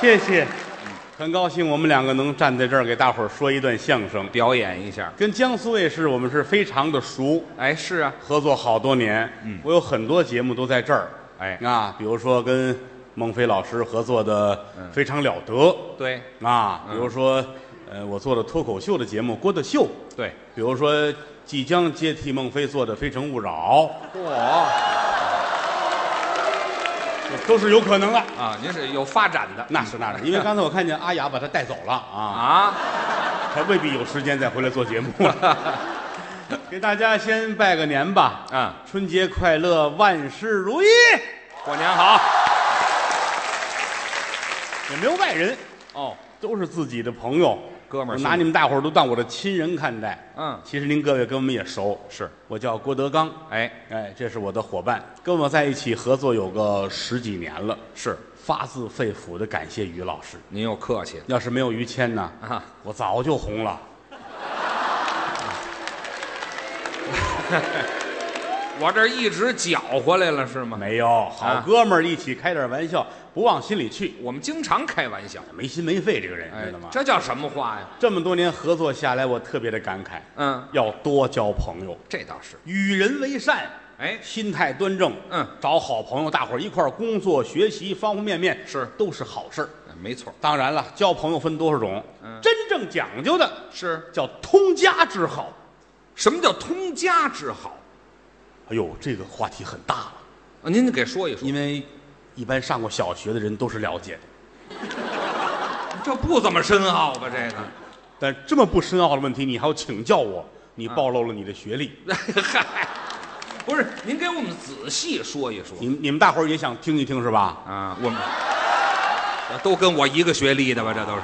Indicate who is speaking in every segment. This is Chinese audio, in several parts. Speaker 1: 谢谢，很高兴我们两个能站在这儿给大伙儿说一段相声。
Speaker 2: 表演一下。
Speaker 1: 跟江苏卫视我们是非常的熟，
Speaker 2: 哎，是啊，
Speaker 1: 合作好多年。嗯，我有很多节目都在这儿。
Speaker 2: 哎，
Speaker 1: 啊，比如说跟孟非老师合作的非常了得。
Speaker 2: 对
Speaker 1: 啊，比如说，呃，我做的脱口秀的节目《郭德秀》，
Speaker 2: 对，
Speaker 1: 比如说即将接替孟非做的《非诚勿扰
Speaker 2: 嚯》，
Speaker 1: 都是有可能的。
Speaker 2: 啊，您是有发展的
Speaker 1: 那是那 是，因为刚才我看见阿雅把他带走了啊，
Speaker 2: 啊，
Speaker 1: 他未必有时间再回来做节目 了。给大家先拜个年吧，
Speaker 2: 嗯，
Speaker 1: 春节快乐，万事如意。
Speaker 2: 过年好
Speaker 1: 也没有外人，
Speaker 2: 哦，
Speaker 1: 都是自己的朋友、
Speaker 2: 哥们儿
Speaker 1: 我拿你们大伙儿都当我的亲人看待。
Speaker 2: 嗯
Speaker 1: 其实您各位跟我们也熟，
Speaker 2: 是，
Speaker 1: 我叫郭德纲，
Speaker 2: 哎，
Speaker 1: 哎，这是我的伙伴，跟我在一起合作有个十几年了，
Speaker 2: 是
Speaker 1: 发自肺腑的感谢于老师。
Speaker 2: 您又客气了
Speaker 1: 要是没有于谦呢，
Speaker 2: 啊，
Speaker 1: 我早就红了。
Speaker 2: 我这一直搅和来了是吗？
Speaker 1: 没有，好
Speaker 2: 啊
Speaker 1: 哥们儿一起开点玩笑，不往心里去，
Speaker 2: 我们经常开玩笑，
Speaker 1: 没心没肺这个人，
Speaker 2: 哎
Speaker 1: 知道吗，？
Speaker 2: 这叫什么话呀？
Speaker 1: 这么多年合作下来，我特别的感慨，
Speaker 2: 嗯，
Speaker 1: 要多交朋友，
Speaker 2: 这倒是，
Speaker 1: 与人为善，
Speaker 2: 哎，
Speaker 1: 心态端正，
Speaker 2: 嗯，
Speaker 1: 找好朋友，大伙儿一块儿工作、学习，方方面面
Speaker 2: 是
Speaker 1: 都是好事儿。
Speaker 2: 哎没错，
Speaker 1: 当然了，交朋友分多少种，
Speaker 2: 嗯
Speaker 1: 真正讲究的
Speaker 2: 是
Speaker 1: 叫通家之好。
Speaker 2: 什么叫通家之好？
Speaker 1: 哎呦，这个话题很大了，
Speaker 2: 啊您给说一说，
Speaker 1: 因为一般上过小学的人都是了解的，
Speaker 2: 这不怎么深奥吧？这个，
Speaker 1: 但这么不深奥的问题，你还要请教我，你暴露了你的学历。
Speaker 2: 嗨，不是，您给我们仔细说一说
Speaker 1: 你们你们大伙儿也想听一听是吧？
Speaker 2: 啊，我们啊都跟我一个学历的吧，这都是。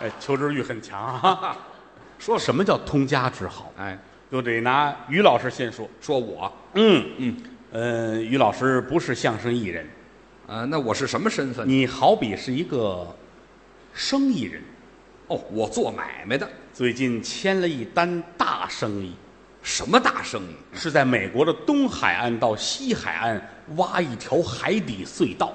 Speaker 1: 哎，求知欲很强啊。
Speaker 2: 啊
Speaker 1: 说什么叫通家之好，
Speaker 2: 哎，
Speaker 1: 就得拿于老师先说。
Speaker 2: 说我，
Speaker 1: 嗯，
Speaker 2: 嗯，
Speaker 1: 呃，于老师不是相声艺人，
Speaker 2: 啊，那我是什么身份？
Speaker 1: 你好比是一个生意人，
Speaker 2: 哦，我做买卖的，
Speaker 1: 最近签了一单大生意，
Speaker 2: 什么大生意？
Speaker 1: 是在美国的东海岸到西海岸挖一条海底隧道。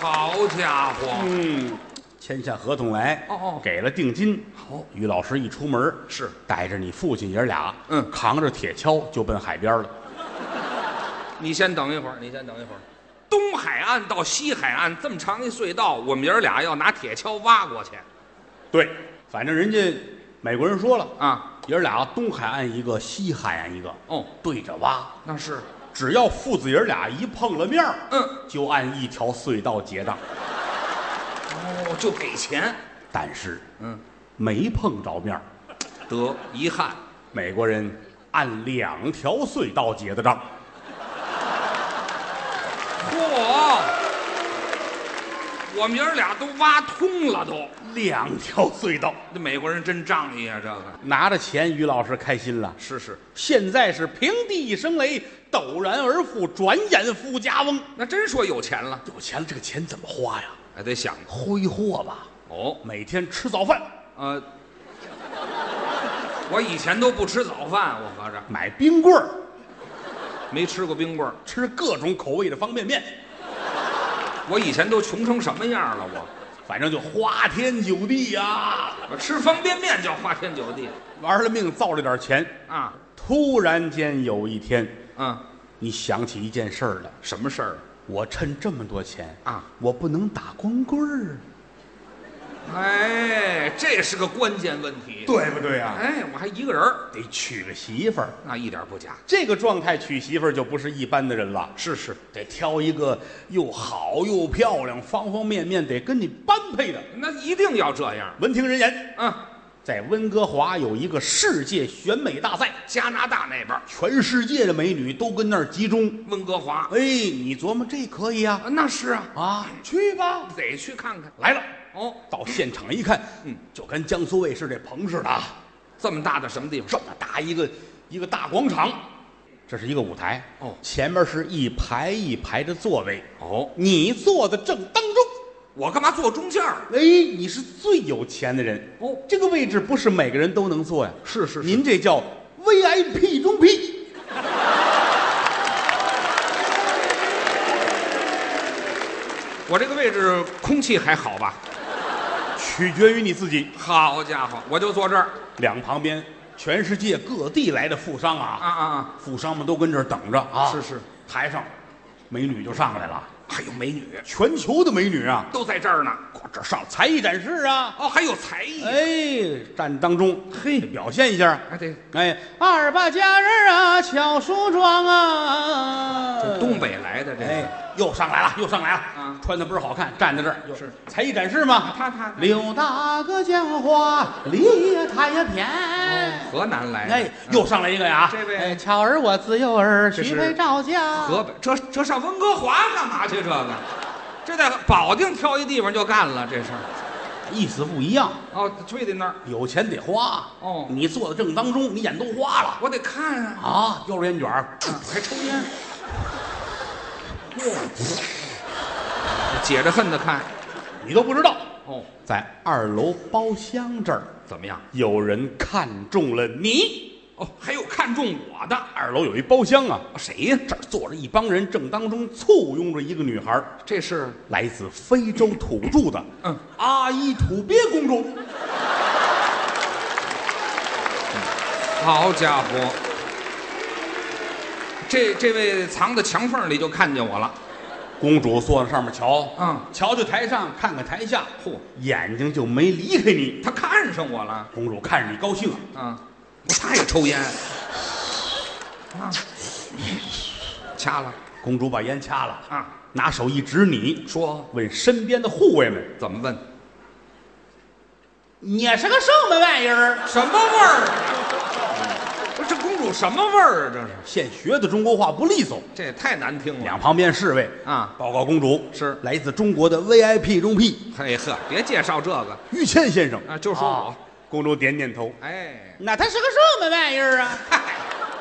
Speaker 2: 好家伙，
Speaker 1: 嗯，签下合同来，
Speaker 2: 哦哦
Speaker 1: 给了定金。
Speaker 2: 好，
Speaker 1: 于老师一出门
Speaker 2: 是
Speaker 1: 带着你父亲爷儿俩，
Speaker 2: 嗯
Speaker 1: 扛着铁锹就奔海边了。
Speaker 2: 你先等一会儿，你先等一会儿。东海岸到西海岸这么长一隧道，我们爷儿俩要拿铁锹挖过去
Speaker 1: 对，反正人家美国人说了，
Speaker 2: 啊？
Speaker 1: 爷儿俩东海岸一个，西海岸一个，
Speaker 2: 哦，
Speaker 1: 对着挖。
Speaker 2: 那是，
Speaker 1: 只要父子爷儿俩一碰了面儿，
Speaker 2: 嗯，
Speaker 1: 就按一条隧道结账。
Speaker 2: 哦，就给钱，
Speaker 1: 但是
Speaker 2: 嗯，
Speaker 1: 没碰着面儿，
Speaker 2: 得遗憾，
Speaker 1: 美国人按两条隧道结的账。
Speaker 2: 嚯，我们爷儿俩都挖通了都，
Speaker 1: 两条隧道，
Speaker 2: 那美国人真仗义啊，这个
Speaker 1: 拿着钱，于老师开心了。
Speaker 2: 是是，
Speaker 1: 现在是平地一声雷，陡然而富，转眼富家翁。
Speaker 2: 那真说有钱了，
Speaker 1: 有钱了，这个钱怎么花呀？
Speaker 2: 还得想
Speaker 1: 挥霍吧，
Speaker 2: 哦。
Speaker 1: 每天吃早饭，
Speaker 2: 呃，我以前都不吃早饭，我合着
Speaker 1: 买冰棍儿，
Speaker 2: 没吃过冰棍儿。
Speaker 1: 吃各种口味的方便面，
Speaker 2: 我以前都穷成什么样了？我
Speaker 1: 反正就花天酒地呀、
Speaker 2: 我吃方便面叫花天酒地
Speaker 1: 玩了命造了点钱。
Speaker 2: 啊！
Speaker 1: 突然间有一天，
Speaker 2: 嗯，
Speaker 1: 你想起一件事儿来，
Speaker 2: 什么事儿？
Speaker 1: 我趁这么多钱
Speaker 2: 啊，
Speaker 1: 我不能打光棍儿，
Speaker 2: 哎，这是个关键问题。
Speaker 1: 对不对啊？
Speaker 2: 哎，我还一个人儿，
Speaker 1: 得娶个媳妇儿。
Speaker 2: 那一点不假。
Speaker 1: 这个状态娶媳妇儿就不是一般的人了，
Speaker 2: 是是，
Speaker 1: 得挑一个又好又漂亮，方方面面得跟你般配的。
Speaker 2: 那一定要这样。
Speaker 1: 闻听人言，
Speaker 2: 嗯，
Speaker 1: 在温哥华有一个世界选美大赛，
Speaker 2: 加拿大那边儿，
Speaker 1: 全世界的美女都跟那儿集中。
Speaker 2: 温哥华，
Speaker 1: 哎，你琢磨这可以啊？
Speaker 2: 啊那是啊，
Speaker 1: 啊，去吧！
Speaker 2: 得去看看。
Speaker 1: 来了，
Speaker 2: 哦，
Speaker 1: 到现场一看，嗯，就跟江苏卫视这棚似的啊，
Speaker 2: 这么大的什么地方？
Speaker 1: 这么大一个一个大广场，这是一个舞台
Speaker 2: 哦
Speaker 1: 前面是一排一排的座位，
Speaker 2: 哦，
Speaker 1: 你坐的正当中。
Speaker 2: 我干嘛坐中间儿？
Speaker 1: 哎，你是最有钱的人
Speaker 2: 哦
Speaker 1: 这个位置不是每个人都能坐呀。
Speaker 2: 是是是
Speaker 1: 您这叫 VIP 中 P。
Speaker 2: 我这个位置空气还好吧？
Speaker 1: 取决于你自己。
Speaker 2: 好家伙，我就坐这儿
Speaker 1: 两旁边，全世界各地来的富商
Speaker 2: 啊
Speaker 1: 啊，
Speaker 2: 啊啊！
Speaker 1: 富商们都跟这儿等着啊。
Speaker 2: 是是，
Speaker 1: 台上美女就上来了，
Speaker 2: 还有美女
Speaker 1: 全球的美女啊，
Speaker 2: 都在这儿呢。
Speaker 1: 往这儿上才艺展示啊。
Speaker 2: 哦，还有才艺，
Speaker 1: 哎，站当中，嘿，表现一下。
Speaker 2: 还得
Speaker 1: 哎，二八佳人啊，巧梳妆啊，
Speaker 2: 这东北来的这
Speaker 1: 哎
Speaker 2: 个，，
Speaker 1: 又上来了，又上来了，
Speaker 2: 啊
Speaker 1: 穿的倍儿好看，站在这儿又
Speaker 2: 是
Speaker 1: 才艺展示嘛。
Speaker 2: 他他他
Speaker 1: 柳大哥讲话，梨呀他也偏。
Speaker 2: 河南来的，嗯
Speaker 1: 哎，又上来一个呀！
Speaker 2: 哦这位
Speaker 1: 哎，巧儿我自幼儿
Speaker 2: 这是
Speaker 1: 许配赵家。
Speaker 2: 河北，这这上温哥华干嘛去？这个，这在保定挑一地方就干了这事儿。
Speaker 1: 意思不一样，
Speaker 2: 哦，非得那儿，
Speaker 1: 有钱得花。
Speaker 2: 哦
Speaker 1: 你坐在正当中，你眼都花了
Speaker 2: 我得看啊，
Speaker 1: 啊！叼着烟卷儿，
Speaker 2: 啊还抽烟。 哟，解着恨的看。
Speaker 1: 你都不知道，
Speaker 2: 哦，
Speaker 1: 在二楼包厢这儿
Speaker 2: 怎么样？
Speaker 1: 有人看中了你。
Speaker 2: 哦，还有看中我的
Speaker 1: 二楼有一包厢啊，
Speaker 2: 谁呀、
Speaker 1: 这儿坐着一帮人，正当中簇拥着一个女孩儿，
Speaker 2: 这是
Speaker 1: 来自非洲土著的，
Speaker 2: 嗯，
Speaker 1: 阿依土鳖公主。
Speaker 2: 好家伙，这这位藏在墙缝里就看见我了。
Speaker 1: 公主坐在上面瞧，
Speaker 2: 嗯
Speaker 1: 瞧瞧台上，看看台下，
Speaker 2: 嚯，
Speaker 1: 眼睛就没离开你。
Speaker 2: 他看上我了。
Speaker 1: 公主看着你高兴啊，
Speaker 2: 啊，他也抽烟。啊，掐了
Speaker 1: 公主把烟掐了，
Speaker 2: 啊，
Speaker 1: 拿手一指你，
Speaker 2: 说
Speaker 1: 问身边的护卫们
Speaker 2: 怎么问？：“
Speaker 1: 你是个什么玩意儿
Speaker 2: 什么味儿？啊不嗯是这公主什么味儿啊？这是？”
Speaker 1: 现学的中国话不利索。
Speaker 2: 这也太难听了。
Speaker 1: 两旁边侍卫
Speaker 2: 啊
Speaker 1: 报告公主
Speaker 2: 是
Speaker 1: 来自中国的 VIP 中 P
Speaker 2: 嘿呵，别介绍这个。
Speaker 1: 于谦先生
Speaker 2: 啊就说我
Speaker 1: 公主点点头。
Speaker 2: 哎，
Speaker 1: 那他是个什么玩意儿啊？
Speaker 2: 嗨，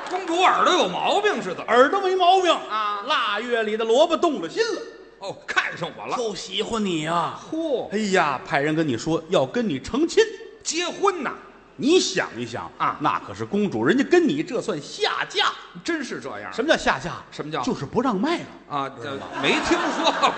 Speaker 2: 公主耳朵有毛病是怎么？
Speaker 1: 耳朵没毛病
Speaker 2: 啊
Speaker 1: 腊月里的萝卜动了心了，
Speaker 2: 哦，看上我了。
Speaker 1: 就喜欢你呀、
Speaker 2: 嚯，
Speaker 1: 哎呀，派人跟你说要跟你成亲，
Speaker 2: 结婚呐，
Speaker 1: 你想一想
Speaker 2: 啊
Speaker 1: 那可是公主，人家跟你这算下嫁。
Speaker 2: 真是这样
Speaker 1: 什么叫下嫁？
Speaker 2: 什么叫
Speaker 1: 就是不让卖了。
Speaker 2: 啊？这没听说过，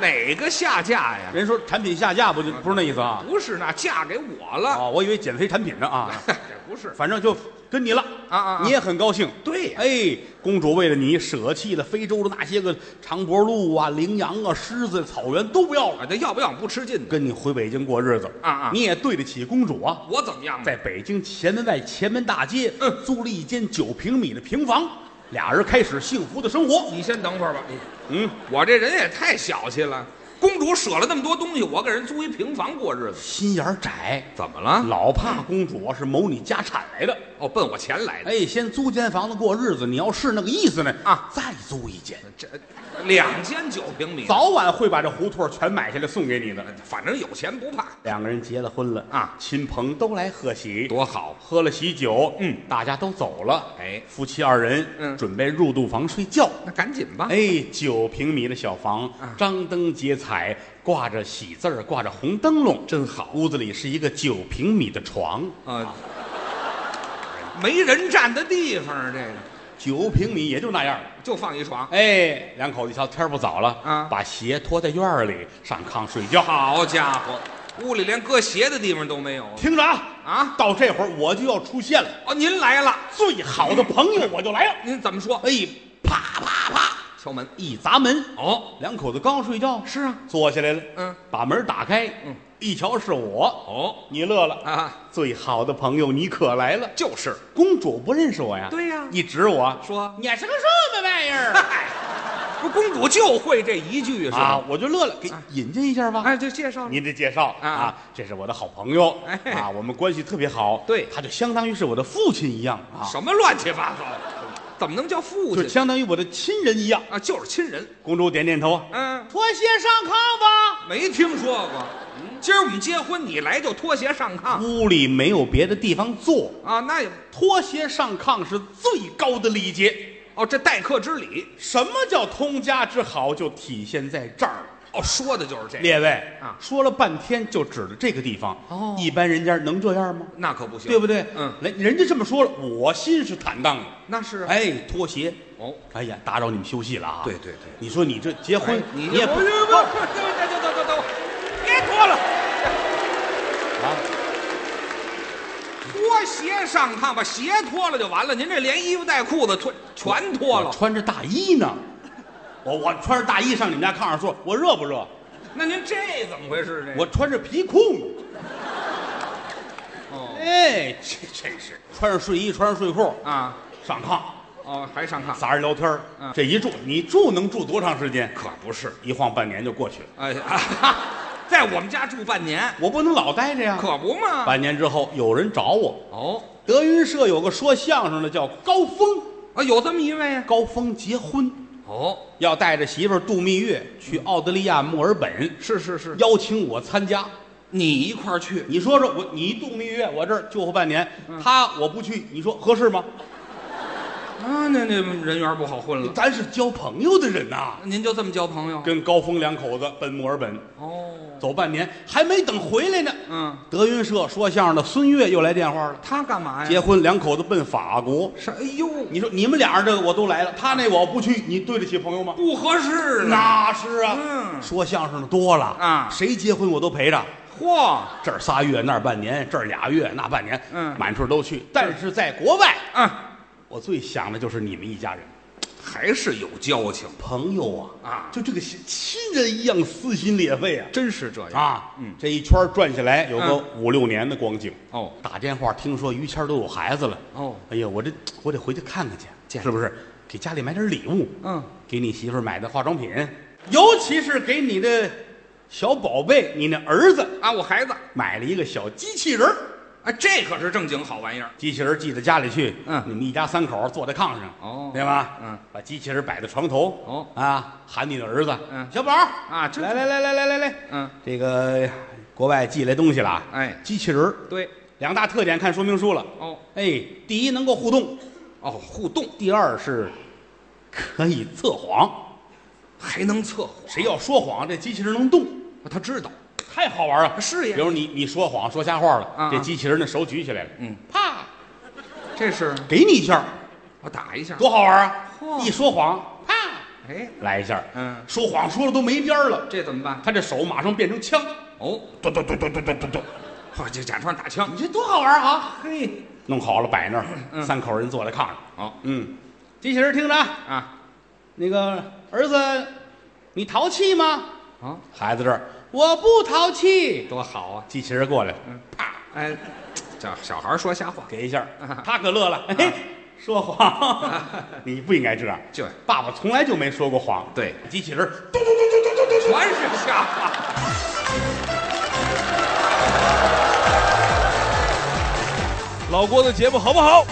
Speaker 2: 哪个下嫁呀？
Speaker 1: 人说产品下架不就不是那意思啊？
Speaker 2: 不是那嫁给我了，
Speaker 1: 啊，我以为减肥产品呢啊，
Speaker 2: 这不是。
Speaker 1: 反正就跟你了
Speaker 2: 啊啊啊
Speaker 1: 你也很高兴。
Speaker 2: 对呀
Speaker 1: 哎，公主为了你舍弃了非洲的那些个长脖鹿啊、羚羊啊、狮子、草原都不要了，
Speaker 2: 啊，这要不要不吃劲呢？
Speaker 1: 跟你回北京过日子
Speaker 2: 啊啊
Speaker 1: 你也对得起公主啊。
Speaker 2: 我怎么样呢？
Speaker 1: 在北京前门外前门大街，
Speaker 2: 嗯
Speaker 1: 租了一间九平米的平房，俩人开始幸福的生活。
Speaker 2: 你先等会儿吧。你
Speaker 1: 嗯，
Speaker 2: 我这人也太小气了，公主舍了那么多东西，我给人租一平房过日子，
Speaker 1: 心眼儿窄，
Speaker 2: 怎么了？
Speaker 1: 老怕公主啊是谋你家产来的。
Speaker 2: 哦，奔我钱来的。
Speaker 1: 哎，先租间房子过日子，你要是那个意思呢
Speaker 2: 啊，
Speaker 1: 再租一间，
Speaker 2: 这两间九平米，，
Speaker 1: 早晚会把这胡同全买下来送给你的。
Speaker 2: 反正有钱不怕，
Speaker 1: 两个人结了婚了
Speaker 2: 啊
Speaker 1: 亲朋都来贺喜，
Speaker 2: 多好。
Speaker 1: 喝了喜酒，
Speaker 2: 嗯，
Speaker 1: 大家都走了，
Speaker 2: 哎
Speaker 1: 夫妻二人
Speaker 2: 嗯
Speaker 1: 准备入洞房睡觉。
Speaker 2: 那赶紧吧。
Speaker 1: 哎，九平米的小房，张灯结彩，挂着喜字儿，挂着红灯笼，真好。屋子里是一个九平米的床，
Speaker 2: 啊，没人占的地方啊，这个
Speaker 1: 九平米也就那样了。
Speaker 2: 就放一床。
Speaker 1: 哎，两口子一瞧天儿不早了，
Speaker 2: 啊
Speaker 1: 把鞋脱在院儿里上炕睡觉。
Speaker 2: 好家伙，屋里连搁鞋的地方都没有
Speaker 1: 听着啊，
Speaker 2: 啊！
Speaker 1: 到这会儿我就要出现了，
Speaker 2: 哦，您来了，
Speaker 1: 最好的朋友我就来了。
Speaker 2: 您怎么说？
Speaker 1: 哎，啪啪啪，
Speaker 2: 敲门。
Speaker 1: 一砸门，
Speaker 2: 哦，
Speaker 1: 两口子刚睡觉，
Speaker 2: 是啊，
Speaker 1: 坐下来了，
Speaker 2: 嗯，
Speaker 1: 把门打开，
Speaker 2: 嗯，
Speaker 1: 一瞧是我，
Speaker 2: 哦
Speaker 1: 你乐了。
Speaker 2: 啊，
Speaker 1: 最好的朋友，你可来了。
Speaker 2: 就是。
Speaker 1: 公主不认识我呀？
Speaker 2: 对呀
Speaker 1: 一指我
Speaker 2: 说：“
Speaker 1: 你是个什么玩意儿
Speaker 2: 嗨，不是公主就会这一句 是？”
Speaker 1: 啊
Speaker 2: 吧？，
Speaker 1: 我就乐了，给引荐一下吧。
Speaker 2: 哎，就介绍
Speaker 1: 您这介绍
Speaker 2: 啊
Speaker 1: 啊，这是我的好朋友
Speaker 2: 哎
Speaker 1: 啊，我们关系特别好。
Speaker 2: 对
Speaker 1: 他就相当于是我的父亲一样啊，
Speaker 2: 什么乱七八糟的，怎么能叫父
Speaker 1: 就
Speaker 2: 亲
Speaker 1: 相当于我的亲人一样。
Speaker 2: 啊？就是亲人，
Speaker 1: 公主点点头，啊
Speaker 2: 嗯，
Speaker 1: 脱鞋上炕吧。
Speaker 2: 没听说过。今儿我们结婚，你来就脱鞋上炕
Speaker 1: 屋里没有别的地方坐，
Speaker 2: 啊？那也
Speaker 1: 脱鞋上炕是最高的礼节。
Speaker 2: 哦，这待客之礼
Speaker 1: 什么叫通家之好，就体现在这儿。
Speaker 2: 哦，说的就是这个，
Speaker 1: 列位
Speaker 2: 啊
Speaker 1: 说了半天就指着这个地方，
Speaker 2: 哦
Speaker 1: 一般人家能这样吗？
Speaker 2: 那可不行，
Speaker 1: 对不对？
Speaker 2: 嗯，
Speaker 1: 人人家这么说了，我心是坦荡的。
Speaker 2: 那是啊，
Speaker 1: 哎，脱鞋，
Speaker 2: 哦，
Speaker 1: 哎呀，打扰你们休息了啊！
Speaker 2: 对对对
Speaker 1: 你说你这结婚
Speaker 2: 哎，你
Speaker 1: 也不
Speaker 2: 不是不是，不是等等等等等，别脱了，
Speaker 1: 啊？
Speaker 2: 脱鞋上炕，把鞋脱了就完了。您这连衣服带裤子脱全脱
Speaker 1: 我
Speaker 2: 了，
Speaker 1: 穿着大衣呢。我我穿着大衣上你们家炕上坐，我热不热？
Speaker 2: 那您这怎么回事？这
Speaker 1: 我穿着皮裤呢。
Speaker 2: 哦
Speaker 1: 哎，这真是穿上睡衣，穿上睡裤，
Speaker 2: 啊
Speaker 1: 上炕，
Speaker 2: 哦，还上炕？
Speaker 1: 仨人聊天儿
Speaker 2: 嗯
Speaker 1: 这一住，你住能住多长时间？
Speaker 2: 可不是，
Speaker 1: 一晃半年就过去了，
Speaker 2: 哎呀，在我们家住半年，
Speaker 1: 我不能老待着呀。
Speaker 2: 可不嘛。
Speaker 1: 半年之后，有人找我，
Speaker 2: 哦
Speaker 1: 德云社有个说相声的叫高峰，
Speaker 2: 啊，有这么一位啊。
Speaker 1: 高峰结婚
Speaker 2: 哦，
Speaker 1: 要带着媳妇儿度蜜月，去澳大利亚墨尔本，
Speaker 2: 是是是，
Speaker 1: 邀请我参加。
Speaker 2: 你一块儿去，
Speaker 1: 你说说我，你一度蜜月，我这儿就活半年，
Speaker 2: 嗯
Speaker 1: 他我不去，你说合适吗？
Speaker 2: 啊，那那人缘不好混了。
Speaker 1: 咱是交朋友的人呐、
Speaker 2: 您就这么交朋友？
Speaker 1: 跟高峰两口子奔墨尔本，
Speaker 2: 哦，
Speaker 1: 走半年还没等回来呢。
Speaker 2: 嗯，
Speaker 1: 德云社说相声的孙越又来电话了，
Speaker 2: 他干嘛呀？
Speaker 1: 结婚两口子奔法国。
Speaker 2: 啥？哎呦，
Speaker 1: 你说你们俩人这个我都来了，他那我不去，你对得起朋友吗？
Speaker 2: 不合适啊！
Speaker 1: 那是啊，
Speaker 2: 嗯
Speaker 1: 说相声的多了
Speaker 2: 啊
Speaker 1: 谁结婚我都陪着，
Speaker 2: 嚯，
Speaker 1: 这儿仨月那儿半年，这儿俩月那半年，
Speaker 2: 嗯
Speaker 1: 满处都去。但是在国外，
Speaker 2: 啊，
Speaker 1: 我最想的就是你们一家人，
Speaker 2: 还是有交情，
Speaker 1: 朋友啊
Speaker 2: 啊
Speaker 1: 就这个亲亲人一样撕心裂肺啊
Speaker 2: 真是这样。
Speaker 1: 啊！
Speaker 2: 嗯
Speaker 1: 这一圈儿转下来有个
Speaker 2: 嗯
Speaker 1: 五六年的光景。
Speaker 2: 哦
Speaker 1: 打电话听说于谦儿都有孩子了，
Speaker 2: 哦，
Speaker 1: 哎呀，我这我得回去看看去，
Speaker 2: 见
Speaker 1: 是不是？给家里买点礼物，
Speaker 2: 嗯，
Speaker 1: 给你媳妇儿买的化妆品，尤其是给你的小宝贝，你那儿子
Speaker 2: 啊，我孩子
Speaker 1: 买了一个小机器人儿
Speaker 2: 啊，这可是正经好玩意儿。
Speaker 1: 机器人儿寄到家里去，
Speaker 2: 嗯
Speaker 1: 你们一家三口坐在炕上，
Speaker 2: 哦
Speaker 1: 对吧？
Speaker 2: 嗯，
Speaker 1: 把机器人儿摆在床头，
Speaker 2: 哦
Speaker 1: 啊，喊你的儿子，
Speaker 2: 嗯
Speaker 1: 小宝儿
Speaker 2: 啊这
Speaker 1: 来来来来来来来，
Speaker 2: 嗯，
Speaker 1: 这个国外寄来东西了啊，
Speaker 2: 哎
Speaker 1: 机器人儿
Speaker 2: 对，
Speaker 1: 两大特点看说明书了，
Speaker 2: 哦
Speaker 1: 哎，第一能够互动，
Speaker 2: 哦，互动
Speaker 1: 第二是可以测谎，
Speaker 2: 还能测谎，
Speaker 1: 谁要说谎，这机器人能动，
Speaker 2: 啊他知道
Speaker 1: 太好玩了。
Speaker 2: 是
Speaker 1: 比
Speaker 2: 呀，
Speaker 1: 如你你说谎说瞎话了
Speaker 2: 啊，
Speaker 1: 这
Speaker 2: 啊
Speaker 1: 机器人的手举起来了，
Speaker 2: 嗯，
Speaker 1: 啪，
Speaker 2: 这是
Speaker 1: 给你一下，
Speaker 2: 我打一下。
Speaker 1: 多好玩啊！
Speaker 2: 嚯
Speaker 1: 一说谎，啪，
Speaker 2: 哎，
Speaker 1: 来一下，
Speaker 2: 嗯，
Speaker 1: 说谎说的都没边儿了，
Speaker 2: 这怎么办？
Speaker 1: 他这手马上变成枪，
Speaker 2: 哦，
Speaker 1: 嘟嘟嘟嘟嘟嘟嘟嘟，
Speaker 2: 嚯就假装打枪。
Speaker 1: 你这多好玩啊！
Speaker 2: 嘿，
Speaker 1: 弄好了摆那
Speaker 2: 嗯
Speaker 1: 儿，三口人坐在炕上，
Speaker 2: 好
Speaker 1: 嗯，机器人听着啊，
Speaker 2: 啊
Speaker 1: 那个儿子，你淘气吗？
Speaker 2: 啊，
Speaker 1: 孩子这儿，我不淘气。
Speaker 2: 多好啊！
Speaker 1: 机器人过来，
Speaker 2: 哎，这小孩说瞎话，
Speaker 1: 给一下，他可乐了，嘿，说谎，你不应该这样。
Speaker 2: 就
Speaker 1: 爸爸从来就没说过谎。
Speaker 2: 对，
Speaker 1: 机器人嘟
Speaker 2: 全是瞎话。
Speaker 3: 老郭的节目好不好？